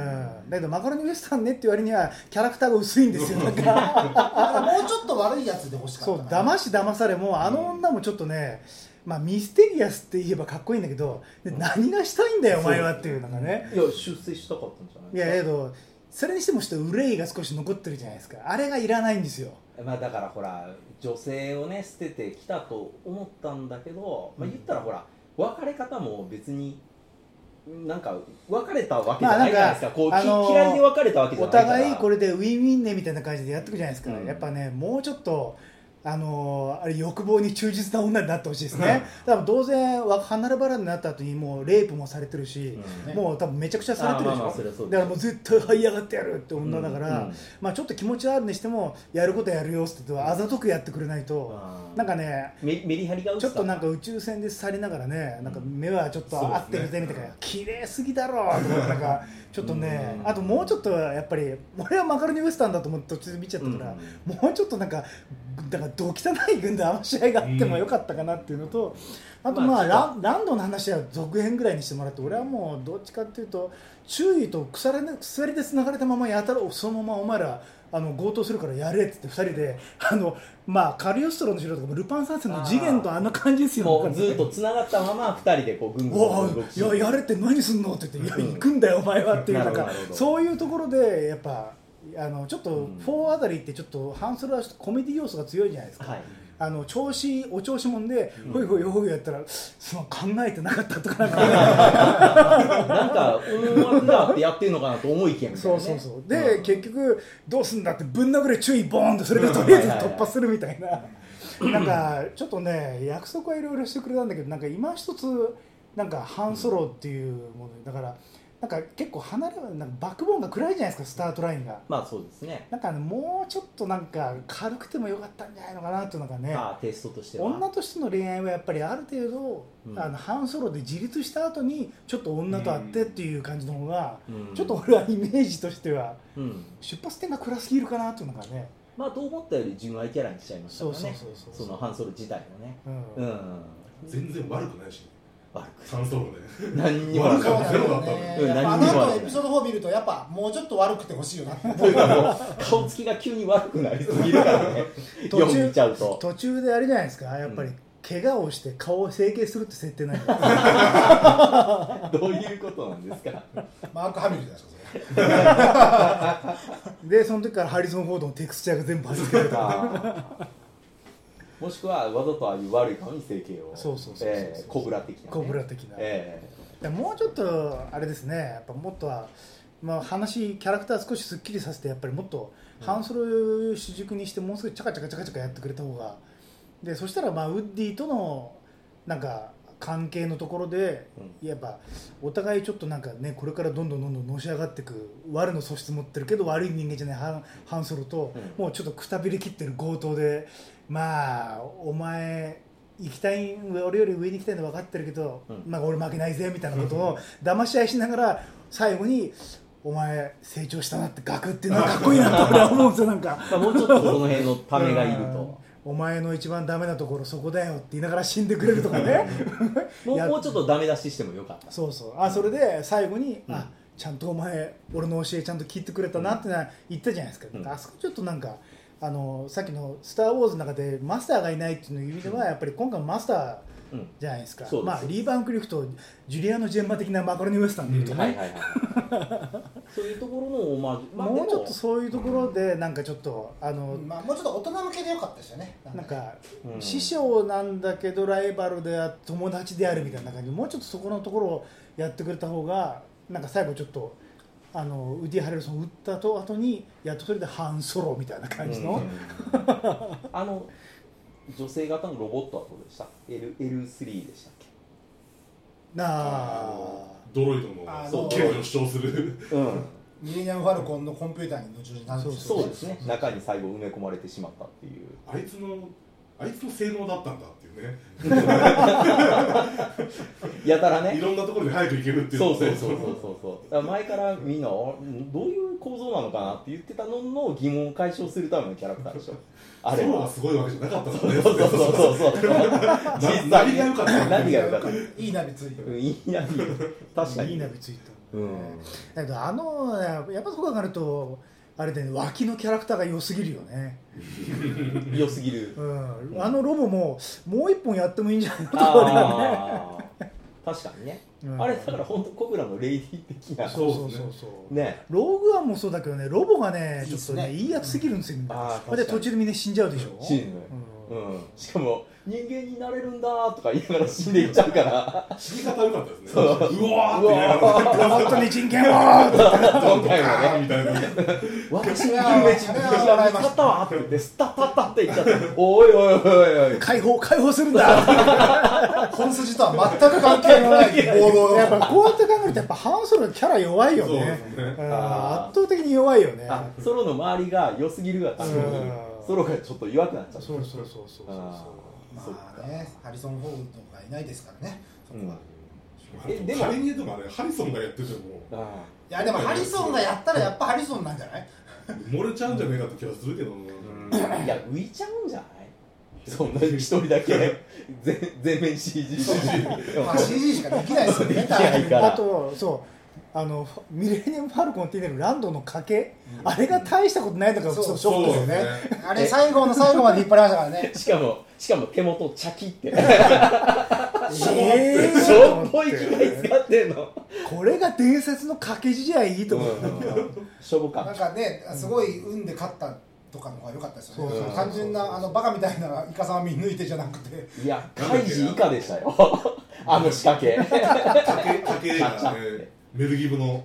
D: だけどマカロニウエスタンねっていう割にはキャラクターが薄いんですよなん
B: だ
D: か
B: からもうちょっと悪いやつで欲しかった
D: そう
B: な
D: 騙し騙されもあの女もちょっとね、まあ、ミステリアスって言えばかっこいいんだけどで何がしたいんだよお前はっていうのがね
C: いや出世したかったんじゃない
D: いやけどそれにしてもちょっと憂いが少し残ってるじゃないですかあれがいらないんですよ
C: まあだからほら女性をね捨ててきたと思ったんだけど、まあ、言ったらほら別れ方も別になんか別れたわけじゃないじゃないですか、こう、き
D: あのー
C: 嫌いで別れたわけじゃ
D: お
C: ないから
D: 互いこれでウィンウィンねみたいな感じでやっていくじゃないですか、
C: うん
D: やっぱねもうちょっとあのーあれ欲望に忠実な女になってほしいですね多分当然わ離れ離れになった後にもうレイプもされてるし、
C: うん
B: ね
D: もう多分めちゃくちゃされてる
C: あー
D: でし
C: まあまあ
D: ょ
C: それはそうです
D: だからもう絶対這い上がってやるって女だから、
C: うんうん
D: まあ、ちょっと気持ちはあるにしてもやることやるよって言ってあざとくやってくれないと、
C: うん
D: なんかね
C: メメリハリが打つ
D: ちょっとなん
C: か
D: か宇宙船で去りながらね、なんか目はちょっと
A: そうですね
D: 合ってるぜみたいな、綺麗すぎだろうとか、なんかちょっとね、
C: うん
D: あともうちょっとやっぱり、俺はマカロニウエスタンだと思って途中で見ちゃったから、もうちょっとなんか、だからど汚い軍団、あの試合があってもよかったかなっていうのと、あとま
C: ま
D: あ、
C: あちょ
D: ランランドの話は続編ぐらいにしてもらって、俺はもうどっちかっていうと、注意と鎖で鎖で繋がれたままやたら、そのままお前ら、あの強盗するからやれっつって2人であの、まあ、カリオストロの城とかもルパン三世の次元とあんな感じですよ
C: もうずっと繋がったまま二人でこうぐんぐん
D: お
C: 動
D: お
C: き
D: いややれって何すんのって言って「いや
C: うん
D: 行くんだよお前は」っていう
C: な
D: な
C: る
D: ん
C: ほど
D: か
C: なるほど
D: そういうところでやっぱあのちょっと
C: うん
D: 4あたりってちょっとハンソルはコメディ要素が強いじゃないですか、
C: はい
D: あの調子お調子もんでほいほいほいやったらその考えてなかったとかなんか
C: なんか音楽だってやってるのかなと思いきやみたい
D: そ
C: な、
D: う
C: ね、
D: そうそうで、
C: ん
D: 結局どうすんだってぶん殴れ注意ボーンとそれがとりあえず突破するみた いななんかちょっとね約束はいろいろしてくれたんだけどなんか今一つなんか半ソロっていうものだからなんか結構離れなんかバックボーンが暗いじゃないですかスタートラインが
C: まあそうですね
D: なんかねもうちょっとなんか軽くてもよかったんじゃないのかなっていうのがね
C: まあテイストとしては
D: 女としての恋愛はやっぱりある程度、
C: うん
D: あの半ソロで自立した後にちょっと女と会ってっていう感じの方が、
C: うん
D: ちょっと俺はイメージとしては
C: うん
D: 出発点が暗すぎるかなっていうのがね、
C: まあと思ったより純愛キャラにしちゃいましたからね
D: そうそうそうそう
C: そのハンソル自体もね
D: うん
C: うん
A: 全然悪くないし
C: 悪
A: 3ソロで
C: く何にも
A: 悪
C: 悪
A: く
C: く
A: な
C: ないい
A: ゼロだったんだ
C: うん
B: やっぱあ
C: 何にも
B: の
C: 悪
B: 後エ
C: くない
B: ピソード4見るとやっぱもうちょっと悪くてほしいよなって
C: というかもう顔つきが急に悪くなりすぎるからね
D: 途中
C: 読んじゃうと
D: 途中であれじゃないですかやっぱり
C: うん
D: 怪我をして顔を整形するって設定なんだ
C: どういうことなんですか
B: マーク・ハミルじゃないですかそれ
D: でその時からハリソン・フォードのテクスチャーが全部外れてると
C: あーもしくはわざとああいう悪い顔に整形を
D: そうそうそうそう
C: えーコブラ的なね
D: コブラ的な、
C: え
D: でもうちょっとあれですねやっぱもっとは、まあ、話キャラクター少しすっきりさせてやっぱりもっとハンソル主軸にしてもうすぐチャカチャカチャカチャカやってくれた方がでそしたらまあウッディとのなんか関係のところで、やっぱお互いちょっとなんかねこれからどんどんどんどんのし上がっていく悪の素質持ってるけど悪い人間じゃないハンハンソルと、
C: うん
D: もうちょっとくたびれきってる強盗でまあお前行きたい俺より上に行きたいの分かってるけど、
C: うん
D: まあ、俺負けないぜみたいなことを騙し合いしながら最後にお前成長したなってガクってなんかかっこいいなって俺は思うんですよなんか
C: まあもうちょっとその辺のためがいると。
D: うんお前の一番ダメなところそこだよって言いながら死んでくれるとか ね
C: も
D: いうや
C: もうちょっとダメ出ししてもよかった。
D: そうそうあそれで最後に、あちゃんとお前俺の教えちゃんと聞いてくれたなってな言ったじゃないですか,、
C: うん
D: あそこちょっとなんかあのさっきの「スター・ウォーズ」の中でマスターがいないっていう意味では、やっぱり今回マスター
C: うん。
D: じゃないですか
C: そうです
D: まあ、リー・バンクリフとジュリアーノ・ジェンマ的なマカロニ・ウエスタンでいうとね、
C: はいはいはい。 そういうところのオマージュ。まあで
D: もうちょっ
C: も
D: と、そういうところでなんかちょっとあの、
B: まあ、もうちょっと大人向けでよかったですよね
D: なんか、
C: うん
D: 師匠なんだけどライバルであ友達であるみたいな感じでもうちょっとそこのところをやってくれた方がなんか最後ちょっとあのウディ・ハレルソン打ったと後にやっとそれで半ソロみたいな感じの、
C: うんあの女性型のロボットはどうでした L ?L3 でしたっ
D: なあ
A: のドロイド
B: あ
C: の
A: の権利を主張する
C: け？うん。
B: ミレニアム・ファルコンのコンピューターに後々なるんです
C: そうですね。中に最後埋め込まれてしまったっていう。
A: あいつのあいつの性能だったんだっていうね
C: やたら
A: い
C: ね。
A: ろんなところで早く行けるっていう
C: そうそうそうそうそうそう。だから前からみんなあどういう構造なのかなって言ってたのの疑問を解消するためのキャラクターで しょ。あ
A: あ
C: れ
A: れは
C: は。
A: すごいわけじゃなかった
C: そ
A: か
C: う
A: らね
C: そうそうそうそう。
A: な何が良かった
C: 何が良かった。
B: いいナビついて
C: うんいいな確かに。
D: いいな別に言っ
C: う
D: た
C: ん。
D: だけどあのやっぱそこが上がるとあれで、ね、脇のキャラクターが良すぎるよね、
C: 良すぎる
D: う。ん、あのロボももう一本やってもいいんじゃないのとかね
C: ああ。確かにね。
D: うん
C: あれだから本当コブラのレイディ的な。
D: そうそうそうそう、
C: ね。
D: ローグワンもそうだけどねロボがね
B: い
D: ち
B: い
D: ょ
B: っ
D: っ
B: す
D: とね
B: ね
D: いいやつすぎるんですよみんな
C: あー確かに
D: で途中でみんな死んじゃうでしょ
C: 死ぬ。
D: うん
C: うん。しかも人間になれるんだとか言いながら死んでいっちゃうから。
A: 死に方良かったですね
C: そう
A: うわーって言いながら
D: 本当に人権は
C: 今回もね
A: あー。みたいな
C: 私
B: いや
C: が
B: ー
C: めちゃくちゃ笑いましたわって言って、スタッタッタって言っちゃって、おいおいおいおい。
D: 解放解放するん だ
B: 本筋とは全く関係のない暴動
D: やっ
B: が
D: ぱこうやって考えるとやっぱハンソロのキャラ弱いよ
A: そう
D: ね
A: ですね
D: うん
C: あー
D: 圧倒的に弱いよね
C: あ、ソロの周りが良すぎるがために
D: うん、
C: ソロがちょっと弱くなっちゃった。
D: そうそうそうそうそう
C: あーそっ
B: まあ
C: か。
B: ねハリソン・フォードがいないですからねそこは、
C: うん
B: い
A: えでも仮にでもあれハリソンがやってても
C: あ
B: やでもハリソンがやったらやっぱハリソンなんじゃない
A: 漏れちゃうんじゃねえかって気がするけどな
C: ーいや、浮いちゃうんじゃないそんな一人だけ全全面 CG 主
B: まあ CG しかできないですよね
C: できないから
D: あとそうあのミレニアム・ファルコンって言ってるランドの賭け、あれが大したことないのがちょっとショックだ
A: そう
D: よね
A: ですね
B: あれ最後の最後まで引っ張りましたからね
C: しかも、しかも手元チャキって、
D: えー
C: しょっぽい機械使ってんの。
D: これが伝説の掛け試合いいと思う、
C: うんしょぼか
B: なんかねすごい運で勝ったとかの方が良かったですよね
D: そう
C: そうそう
B: 単純なあのバカみたいなイカさんを見抜いてじゃなくて
C: いや、カイジ以下でしたよ。あの仕掛け。
A: 竹竹映画ねメルギブの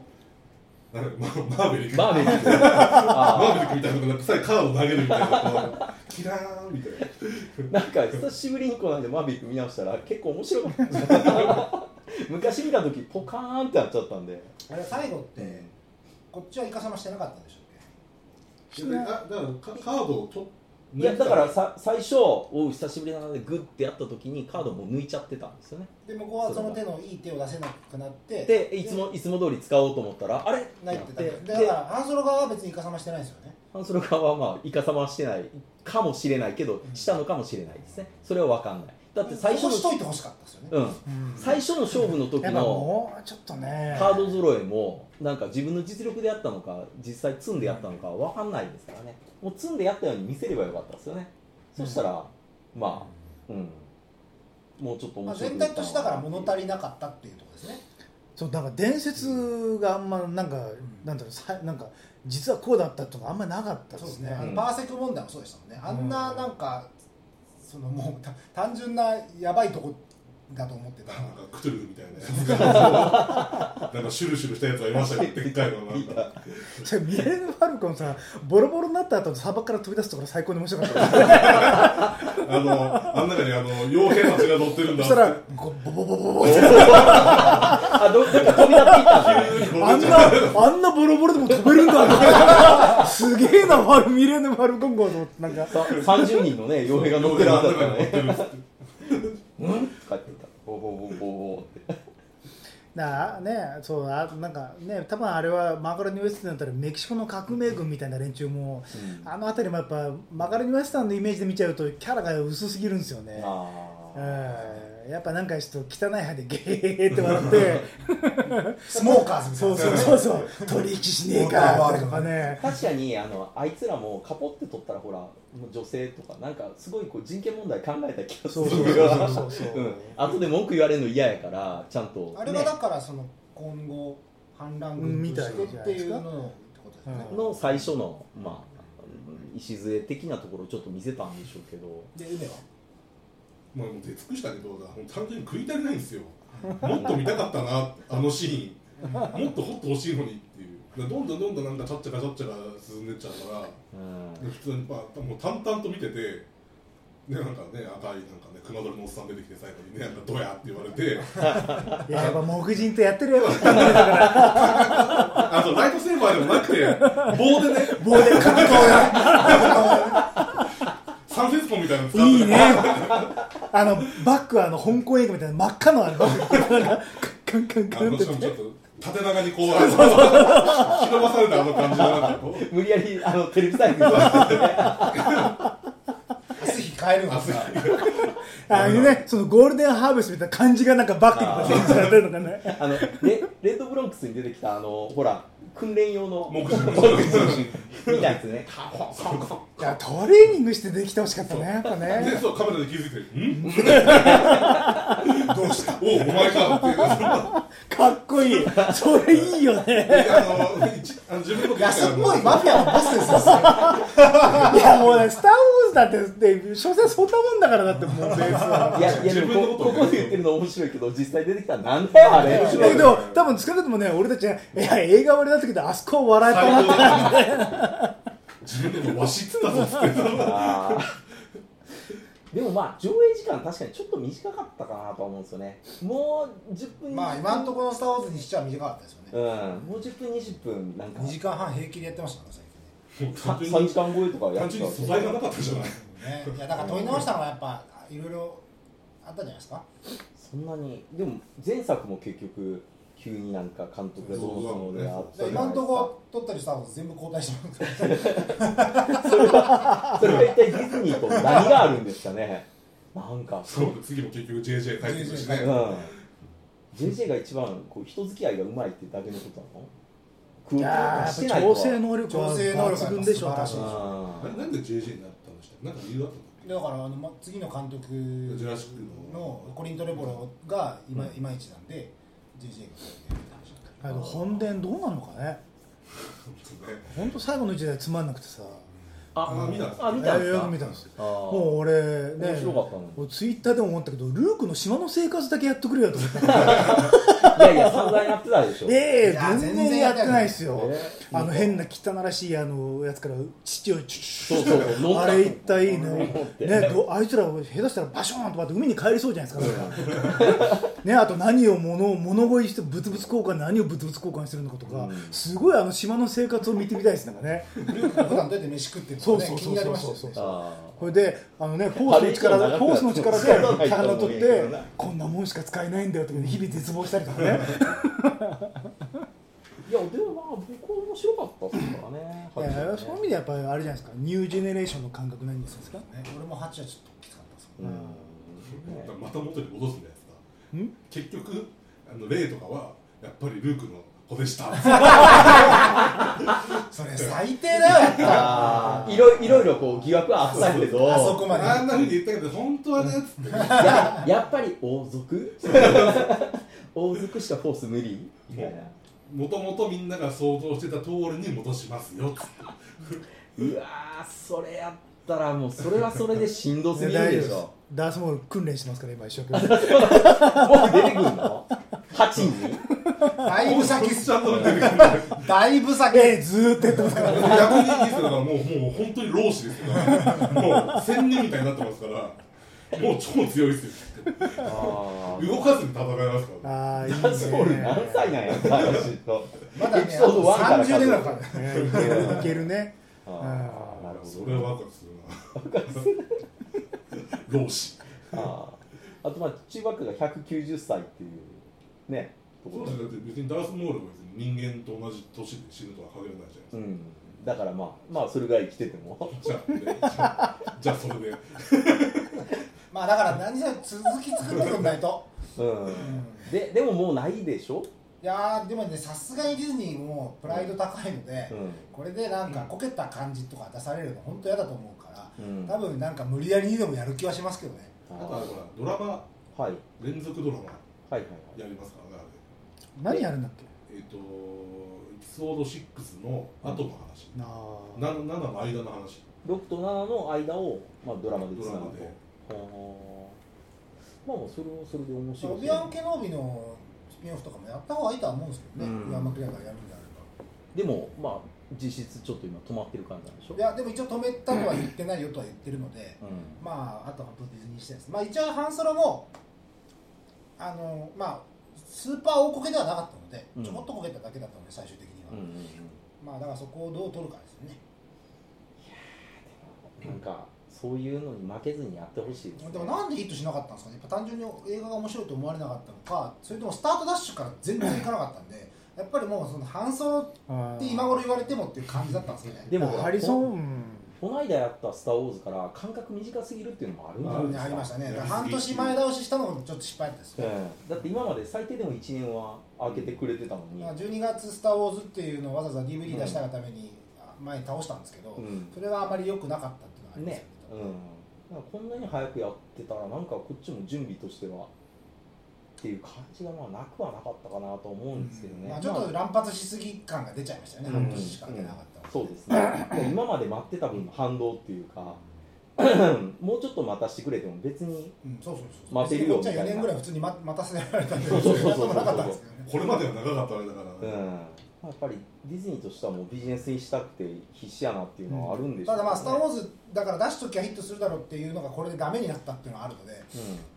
A: あれママーベリック
C: バーベキュー。
A: マ
C: あ
A: ーベリックみたいなのが臭いカード投げるみた いなこうキラーンみたいな
C: ーなんか久しぶりにこうなんでマーベリック見直したら結構面白かった。 昔見た時ポカーンってなっちゃったんで。
B: あれ最後ってこっちはイカサマしてなかったんでしょうね
A: あだからカカードを取っ
C: いやだからさ最初おう久しぶりなのでグッてやった時にカードも抜いちゃってたんですよね。
B: で向こうはその手のいい手を出せなくなって
C: でいつもいつも通り使おうと思ったらあれ
B: ないってだけ
C: な
B: だからハンソロ側は別にイカサマしてないですよね
C: ハンソロ側はまあイカサマはしてないかもしれないけどしたのかもしれないですね。それは分かんない。だって最初
B: そこしとい
C: の
B: てほしかったですよね
C: うん
D: うん
C: 最初の勝負の時
D: やっぱ
C: の。
D: もうちょっとね
C: カード揃えもなんか自分の実力でやったのか実際積んでやったのかわかんないですからねもう積んでやったように見せればよかったですよねそしたら、まあうんもうちょっと
B: ま
C: 面
B: あ、
C: 白く
B: 全
C: な
B: 体
C: った
B: としてだから物足りなかったっていうところですね
D: そうなんか伝説があんまなんか、なんだろうさなんか実はこうだったとかあんまなかったですね
B: あ
C: う
B: の
C: ん
B: パーセク問題もそうでしたもんねあん
D: う
B: なんなんかそのもうた単純なやばいとこだと思ってたら
A: なんかクトゥルフみたいなやつなんかシュルシュルしたやつがいま したよでっかいのなんか
D: そ れミレーヌ・ファルコンさボロボロになった後砂漠から飛び出すところ最高に面白かった ですね
A: あのあん中にあの傭兵たちが乗ってるん
D: そ
A: だ
D: したら
A: って
D: こうボボボボボ
C: あどどっか飛び立っていったんだね
D: あんなあんなボロボロでも飛べるんだ すげえなファルミレーヌ・ファルコン号と思ってなんか
C: さ30人のね傭兵が乗ってるあたりだったらね「うん?」とかって言ったら「ボボボボボボ」って
D: だからねそうあなんかね多分あれはマカロニウエスタンだったらメキシコの革命軍みたいな連中も、あの辺りもやっぱマカロニウエスタンのイメージで見ちゃうとキャラが薄すぎるんですよね、
C: あ
D: う
C: ー
D: ん、やっぱなんかちょっと汚い歯でゲーって笑 って
B: スモーカーズみたい
D: そう
B: な
D: そうそうそう取引しねえかとかね
C: 確かにあのあいつらもカポって取ったらほらもう女性とかなんかすごいこう人権問題考えた気がす
D: そう
C: る
D: そうそうそう
C: うん、後で文句言われるの嫌やからちゃんと、ね、
B: あれはだからその今後反乱軍としてっていうのをってことですね、
D: うん
C: の最初の、まあ、礎的なところをちょっと見せたんでしょうけど
B: で梅は
A: まあ、もう出尽くしたけど、ほんと単純に食い足りないんですよ。もっと見たかったな、あのシーン。もっと掘ってほしいのにっていう。だからどんどんどんどんなんかちゃっちゃかちゃっちゃか進んでっちゃうから、
C: うん
A: で普通に、まあ、もう淡々と見てて、で、なんかね、赤いなんかね、熊取のおっさん出てきて最後にね、なんかドヤって言われて、
D: いややっぱ黙人とやってるよ
A: あとライトセーバーでもなくて、棒でね、
D: 棒で格闘
A: サンセスポンみたいなの使
D: が
A: って
D: いいねあのバックはあの香港映画みたいな真っ赤のあのバックカンカン
A: あ
D: カンカン
A: の
D: って
A: しかもちょっと縦長にこう、あの広ばされたあの感じのなんかこう。
C: 無理やりあのテレビサイズに座 って
B: 明日日帰るの
A: 熱い
B: さ
D: あのねそのゴールデンハーベストみたいな感じがなんかバックにこう展示されてるのかね
C: あのレレッドブロンクスに出てきたあのほら訓練用の
A: 目次
C: 目次みたいなやつね
D: いやトレーニングしてできてほしかったねやっぱ
A: で、
D: ね
A: そう、カメラで気づいて、ん どうしたおお、お前か っていうあ
D: かっこいいそれいいよね
A: の、一あの自分のこと言って
B: 安
A: あ
B: っ
A: の
B: ぽいマフィアのボスですよそれ
D: いやもうね「スター・ウォーズ」だってって所詮そんなもんだからだってもうベースはい
C: やいやで
A: 自分の
C: も
A: こと
C: こ
A: をね
C: ここで言ってるの面白いけど実際出てきたらなんだよあれ
A: 面白
D: だ
A: い
D: けど多分疲れてもね俺たちねいや映画終わりだったけどあそこ笑えたな
A: 最
D: っ
A: 高
D: て
A: だ自分のことわしっつったぞっつって
C: あーでもまあ上映時間確かにちょっと短かったかなとは思うんですよねもう10分
B: まあ今のところ「スター・ウォーズ」にしては短かったですよね
C: うんもう10分20分なんか
B: 2時間半平気でやってましたから最
A: もう
C: さ
A: 単純
C: 3
A: に
C: 時間超えとかや
A: 単
C: って
A: 純
C: た
A: に素材がなかったじゃない
B: 近ねねいやだから問い直したのはやっぱいろいろあったんじゃないですか
C: そんなにでも前作も結局急になんか監督がどうのこうのであっ
B: で
C: た
B: 今のと
C: こ
B: ころ撮ってる「スター・ウォーズ」全部交代してますから
C: それは一体ディズニーと何があるんですかねなんか
A: そう、次も結局 JJ 帰ってくるしね
C: うん JJ が一番こう人付き合いがうまいってだけのことなの
D: い
C: 空
D: や
C: 間
D: ー
C: して
D: や
C: な
D: っ
C: い
D: ぱ調
C: と
D: 整能力は
B: 調整能力
D: 抜群でしょ
B: はやっぱ素晴
D: 確から
B: しい
A: あれなんで JJ になったのしたなんか理由あったんだっけ
B: でだからあの、ま、次の監督
A: ジュラシックの
B: のコリント・レボロがいま,、いまいちなんで JJ が撮ってるって話だった
D: あの本殿どうなのかね
A: そうね
D: 本当最後の時代つまんなくてさ
A: あ見たんですか
C: あ見たんです
D: よ
C: か
D: く見たんですよ
C: あー
D: もう俺ね
C: 面白かったのに
D: 俺ツイッターでも思ったけどルークの島の生活だけやってくれよと思った
C: いやいや、散々やってたでしょ。
D: え
B: い
D: え
B: や
D: 全然やってないですよ
C: ええ
D: あの変な汚らしいあのやつから父をチュッチュ
C: そう
D: ッ
C: そうそう、
D: あれ一体ね
C: 乗った
D: ねどあいつら下手したらバショーンとかって海に帰りそうじゃないですかそれが ねあと何を物を物乞いして物々交換何を物々交換してるのかとか、
C: うん
D: すごいあの島の生活を見てみたいですなんかね
B: ルークが普段どうやって飯食ってる
D: そ
B: の
D: う
B: か
D: そ
B: ね
D: う
B: 気
D: そう
B: になり
D: そう
B: まし
D: そ
B: た
D: うそう
B: よね
C: あ
D: これであのねフォースの力で
C: あれ以上長くなる
D: フォースの力で
C: そうそうそう
D: 魚取ってこんなもんしか使えないんだよとか日々絶望したりとか
C: ー
D: ね
C: いや、でもまあ、僕は面白かったですからね。
D: いやそういう意味
C: で。
D: でやっぱりあれじゃないですかニュージェネレーションの感覚ないんじゃないですか
B: ね俺も8はちょっときつかったです
C: うん
A: だからまた元に戻すんじゃない
D: ん
A: ですか結局あのレイとかはやっぱりルークの子でした
B: それ最低だよやっぱ
C: あーいろいろいろこう疑惑はあったけど、
B: あそこまで
A: あんなふうに言ったけど本当はねっつって
C: いややっぱり王族 王族しかフォース無理みたいな。
A: もともとみんなが想像してた通りに戻しますよっつって
C: うわー、それやったらもう、それはそれでしんどすぎるでしょ。
D: ダースモール訓練してますから今一生懸命
C: もう出てくるの ?8 人
B: だいぶ先っす
A: ちゃんと出てくる逆
B: だいぶ先
D: ええずーっとやってますから
A: にいいですよだからもうもう本当に老子ですよもう千人みたいになってますからもう超強いですよ
C: あー
A: 動かずに戦いますから
D: ああいいね
C: ダンスホール何歳なんやって話と。
B: まだ
C: エピ
B: ねあ
C: ソード
B: と
C: 1から
B: 30
C: 数
B: 年
C: える
B: ぐらいかかる
D: ねいけるいけるね
C: あ
D: う
C: ー
D: ん
C: なるほ
A: そ
C: ど
A: れはワクワクする な老子
C: あーあとまあチューバックが190歳っていうねと
A: そ
C: こ
A: う
C: ろ
A: ですねだって別にダース・モールが別に人間と同じ年で死ぬとは限らないじゃないですか
C: うんだからまあまあそれぐらい生きてても
A: じゃあねじゃあじゃあそれで
B: まあだから何せ続き作ってくんないと、
C: うん
B: うん
C: ででももうないでしょ、
B: いやーでもねさすがにディズニーもプライド高いので、
C: う
B: これでなんかこけた感じとか出されるの本当嫌だと思うから
C: んうん、
B: 多
C: あ
B: 分なんか無理やりにでもやる気はしますけどね
A: あとはほらドラマ
C: ーはい
A: 連続ドラマ
C: はいはいはい
A: やりますからねあ
D: 何やるんだっけ
A: れえっ、とエピソード6の後の話、
D: な
A: な7の間の話
C: 6と7の間を、まあ、ドラマでつ
A: ド
C: な
A: ラ
C: ぐと
A: マで
C: あーまあまあそれはそれで面白い
B: オビアン・ケノービのスピンオフとかもやった方がいいとは思うんですけどね、
C: うん
B: 上山クレアがやるんであれ
C: でもまあ実質ちょっと今止まってる感じなんでしょ
B: ばいやでも一応止めたとは言ってないよとは言ってるので、
C: う
B: まああとは本当ディズニー次第ですまあ一応ハンソロもあのまあスーパー大こけではなかったので、
C: うん
B: ちょこっとこけただけだったので最終的には、
C: んうんうん
B: まあだからそこをどう取るかですよね
C: うんなんかそういうのに負けずにやってほしいです、ね、
B: でもなんでヒットしなかったんですかねやっぱ単純に映画が面白いと思われなかったのかそれともスタートダッシュから全然いかなかったんでやっぱりもうその搬送
D: あ
B: って今頃言われてもっていう感じだったんですよね
C: で
D: で
C: も
D: もハリソン
C: この間やった「スター・ウォーズ」から間隔短すぎるっていうのもあるんじゃ
A: ま
B: ねあ
C: ないですか
B: りましたね
A: やりすぎ
B: だから半年前倒ししたのもちょっと失敗だったんですね、
C: ええだって今まで最低でも1年は空けてくれてたのに、
B: まあ12月「スター・ウォーズ」っていうのをわざわざ DVD 出したがために前に倒したんですけど、
C: うん
B: それはあまり良くなかったっていうのはありますよ
C: ね、うん、なんかこんなに早くやってたらなんかこっちも準備としてはっていう感じがまあなくはなかったかなと思うんですけどね、
B: まあ、ちょっと
C: まあ
B: 乱発しすぎ感が出ちゃいましたよね、
C: うん
B: 半年しか出なかったので、
C: そうですね もう今まで待ってた分の反動っていうかもうちょっと待たせてくれても別に
B: うん、そうそうそう
C: 待てるよ
B: こっちは4
C: みたい
B: 年
C: な
B: ぐらい普通に待待たせられたんで
C: そうそうそうそ
B: なんとも
C: う
B: なかったんですけどね
A: これまでは長かったあれだから、
C: うんやっぱりディズニーとしてはもうビジネスにしたくて必死やなっていうのはあるんでしょ
B: た
C: うね
B: だまあ「スター・ウォーズ」だから出す時はヒットするだろうっていうのがこれでダメになったっていうのはあるので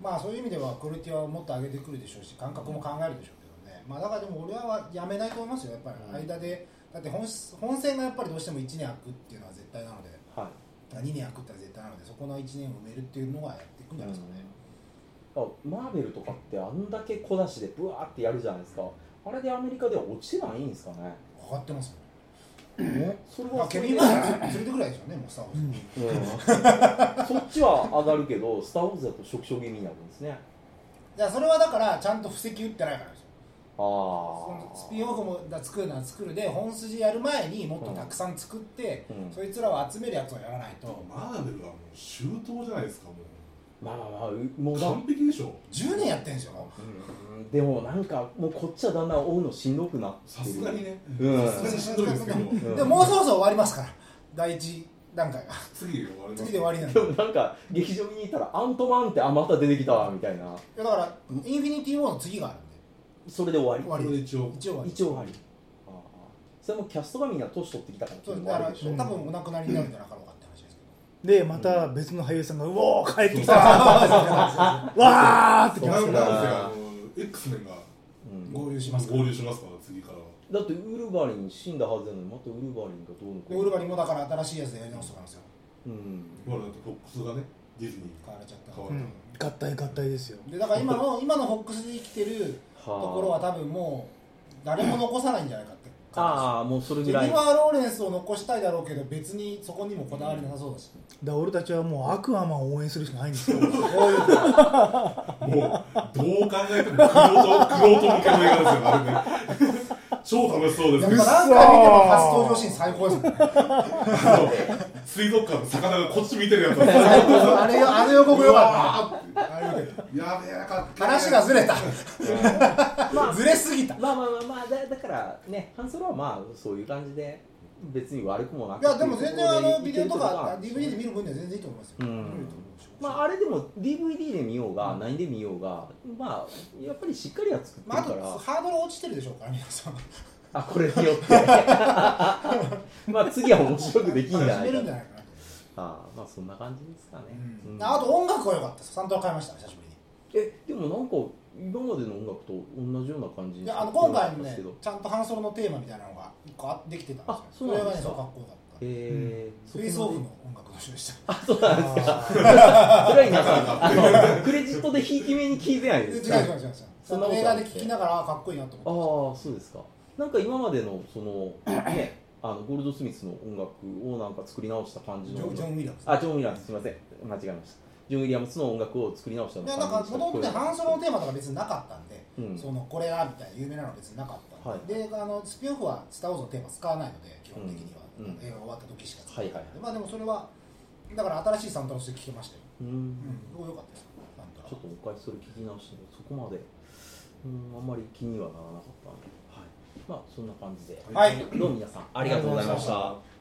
B: まあそういう意味ではクオリティはもっと上げてくるでしょうし感覚も考えるでしょうけどねまあだからでも俺はやめないと思いますよやっぱ
C: うん
B: り間でだって本質本戦がやっぱりどうしても1年空くっていうのは絶対なので
C: うん、はい
B: 2年空くってのは絶対なのでそこの1年を埋めるっていうのはやっていくんじゃないですかね、
C: あマーベルとかってあんだけ小出しでブワーってやるじゃないですかあれでアメリカでは落ちてないんですかね
B: 分かってますよね
C: ねそれ
B: まあ
C: はそ
B: ケ
C: れで
B: ビン・マー連れてくらいでしょうねもうスター・ウォーズ、
C: うんそっちは上がるけど、スター・ウォーズだと縮小気味になるんですね。
B: じゃあそれはだからちゃんと布石打ってないからですよ
C: あ
B: その
C: あ。
B: スピンオフもだ作るなら作るで本筋やる前にもっとたくさん作って、
C: うん
B: そいつらを集めるやつをやらないと
A: マーベルはもう周到じゃないですかも
C: まあまあまあ、うも
A: う
C: うだ、
A: 完璧でしょ
B: 10年やってんですよ
C: うんでもなんか、もうこっちはだんだん追うのしんどくなって
A: さ
C: る
A: すがに。ね
C: うん
A: さすがにしんどいですけど
C: うん
B: でももうそろそろ終わりますから第一段階が
A: 次で終わります
B: 次で終わりなん
C: で
B: で
C: もなんか、劇場見に行ったら、アントマンって、あ、また出てきたわみたいな。
B: いやだからインフィニティ・ウォーの次があるんで
C: それで終
B: 終
C: わ
B: わり
A: これ
B: で
A: で一応
B: 一応終わ
C: り。
B: り
C: 一応終わり。ああそれもキャストがみんな年取ってきたからって
B: そ
C: いうの
B: う
C: も
B: だ
C: あ
B: から
C: るでしょ。
B: 多分お亡くなりになるんじゃなかろうかって話ですけど
D: でまた別の俳優さんがうおー帰ってきた
B: そ
D: わーってきま
A: な
D: す
A: ん
D: か
A: なん
D: ら
A: せあの X メンが
C: うん
B: う合流しますから
A: 合流しますから次からは
C: だって、ウルヴァリン死んだはずなのに、またウルヴァリンがどうのこ
B: でウル
C: う
B: バリンもだから新しいやつでやり直すとかなんですよ
C: の。うん。
A: ほらだってフォックスがねディズニー
B: 変わられちゃった
A: 変わ
D: う
A: る
D: ん合体合体ですよ
B: でだから今の今のフォックスで生きてる
C: と
B: ところは多分もう誰も残さないんじゃないかって
C: ああ、もうそれ
B: ジ
C: ぐ
B: ェ
C: ら
B: ニ
C: い
B: フ。ァー・ローレンスを残したいだろうけど別にそこにもこだわりなさそうだし、
D: だから俺たちはもうアクアマンを応援するしかないんですよ
B: そういうの
A: もうどう考えてもクロートクロート向けの映画ですよあれね超楽しそうで
B: や
A: す
B: っ
A: け
B: ぱ
A: ど
B: 何回見ても初登場シーン最高ですもんね
A: あの水族館の魚がこっち見てるやつだ
B: 最 高です あれよあの予告よ
A: う
B: か
A: わ
B: ったあれよかっ
A: ーやべえなかった
B: 話がずれた
C: まあ
B: ずれすぎたい
C: まあまあまあまあだだからねハンソロはまあそういう感じで別に悪くもなく
B: やでも全然あのビデオとか
C: っていうところで
B: DVD で見る分には全然いいと思いますよ、
C: うん
B: 見ると思うし
C: まああれでも DVD で見ようが何で見ようがまあやっぱりしっかりは作って
B: まあ、あ
C: る
B: と
C: から、あ、
B: ハードル落ちてるでしょうから皆さん
C: これによって まあ次は面白くできるんじゃな
B: 始め
C: い
B: る
C: か
B: んじゃ
C: な
B: ないかなと、
C: ああまあそんな感じですかね、
B: うん
C: うん
B: あと音楽は良かったですサントラ買いました久しぶりに
C: えでもなんか今までの音楽と同じような感じに
B: であの今回
C: 聞こえたん
B: もね
C: ですけど
B: ちゃんと半ソロのテーマみたいなのが一個あできてたん
C: あ
B: です
C: そう
B: よ
C: な
B: それがね
C: んです
B: そ
C: か
B: うかっこよかった
C: えーそ
B: フ
C: こ
B: ェイスオフの
C: ま
B: 音楽の人でした
C: であそうなんですか
D: あ
C: それは皆さんあのクレジットで引き目に聞いてない
B: 違う違
C: で
B: う
C: すか
B: 違う違う
C: そんなこと
B: 映画
C: あっ
B: で
C: て
B: 聞きながらあかっこいいなと
C: ああ
B: 思っ
C: そうですかなんか今までのそのねあのゴールドスミスの音楽をなんか作り直した感
B: て
C: じ
B: ジ
C: の
B: ョジョン・ウィリアムス
C: あジョン・ウィリアムスすみません間違えましたジョン・ウィリアムスの音楽を作り直した
B: い
C: の
B: やなんかもともとね
C: 感
B: 半
C: じ
B: ソ
C: し
B: ロのテーマとか別になかったんで、
C: うん
B: そのこれはみたいな有名なのは別になかったんで,、であのスピンオフは「スター・ウォーズ」のテーマ使わないので基本的には、
C: うんうん
B: 映画終わった時しか使
C: はいはい
B: まあでもそれはだから新しいサントラとして聞けましたよ、
C: う
B: うんん、すごい良かったですサントラ
C: ちょっともう一回それ聞き直してもそこまでうんあんまり気にはならなかったんで、はい、まあそんな感じで、
B: はい
C: どうも皆さんありがとうございました。